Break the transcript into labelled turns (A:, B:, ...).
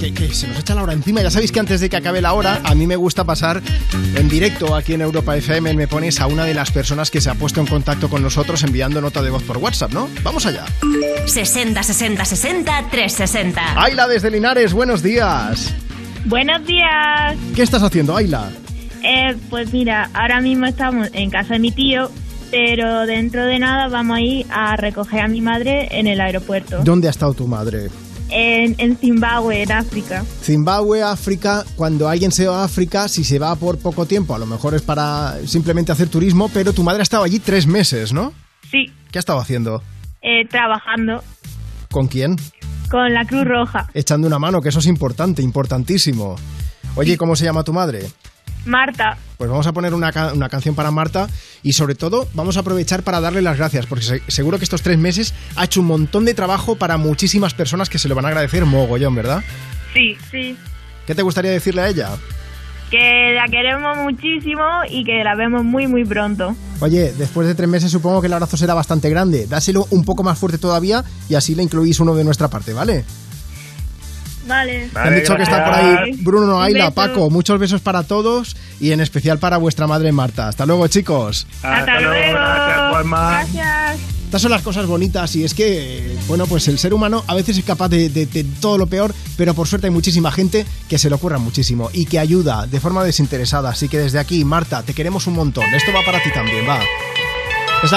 A: que, que, se nos echa la hora encima. Ya sabéis que antes de que acabe la hora, a mí me gusta pasar en directo aquí en Europa FM. Me pones a una de las personas que se ha puesto en contacto con nosotros enviando nota de voz por WhatsApp, ¿no? Vamos allá.
B: 60 60 60 360.
A: Aila desde Linares, buenos días.
C: Buenos días.
A: ¿Qué estás haciendo, Aila?
C: Eh, pues mira, ahora mismo estamos en casa de mi tío, pero dentro de nada vamos a ir a recoger a mi madre en el aeropuerto.
A: ¿Dónde ha estado tu madre?
C: En, en Zimbabue, en África.
A: Zimbabue, África, cuando alguien se va a África, si se va por poco tiempo, a lo mejor es para simplemente hacer turismo, pero tu madre ha estado allí tres meses, ¿no?
C: Sí,
A: ¿Qué ha estado haciendo?
C: eh, trabajando
A: ¿Con quién?
C: con la Cruz Roja.
A: Echando una mano, que eso es importante, importantísimo. Oye, ¿cómo se llama tu madre?
C: Marta,
A: Pues vamos a poner una, ca- una canción para Marta y sobre todo vamos a aprovechar para darle las gracias, porque se- seguro que estos tres meses ha hecho un montón de trabajo para muchísimas personas que se lo van a agradecer mogollón, ¿verdad?
C: sí, sí.
A: ¿Qué te gustaría decirle a ella?
C: Que la queremos muchísimo y que la vemos muy, muy pronto.
A: Oye, después de tres meses supongo que el abrazo será bastante grande. Dáselo un poco más fuerte todavía y así le incluís uno de nuestra parte, ¿vale?
C: Vale.
A: Me han dicho que está por ahí Bruno, Aila,
C: Besos.
A: Paco. Muchos besos para todos y en especial para vuestra madre Marta. Hasta luego, chicos.
C: Ah, Hasta, luego.
D: Gracias, Juanma.
C: Gracias.
A: Estas son las cosas bonitas y es que, bueno, pues el ser humano a veces es capaz de, de- de todo lo peor, pero por suerte hay muchísima gente que se le ocurra muchísimo y que ayuda de forma desinteresada. Así que desde aquí, Marta, te queremos un montón. Esto va para ti también, va.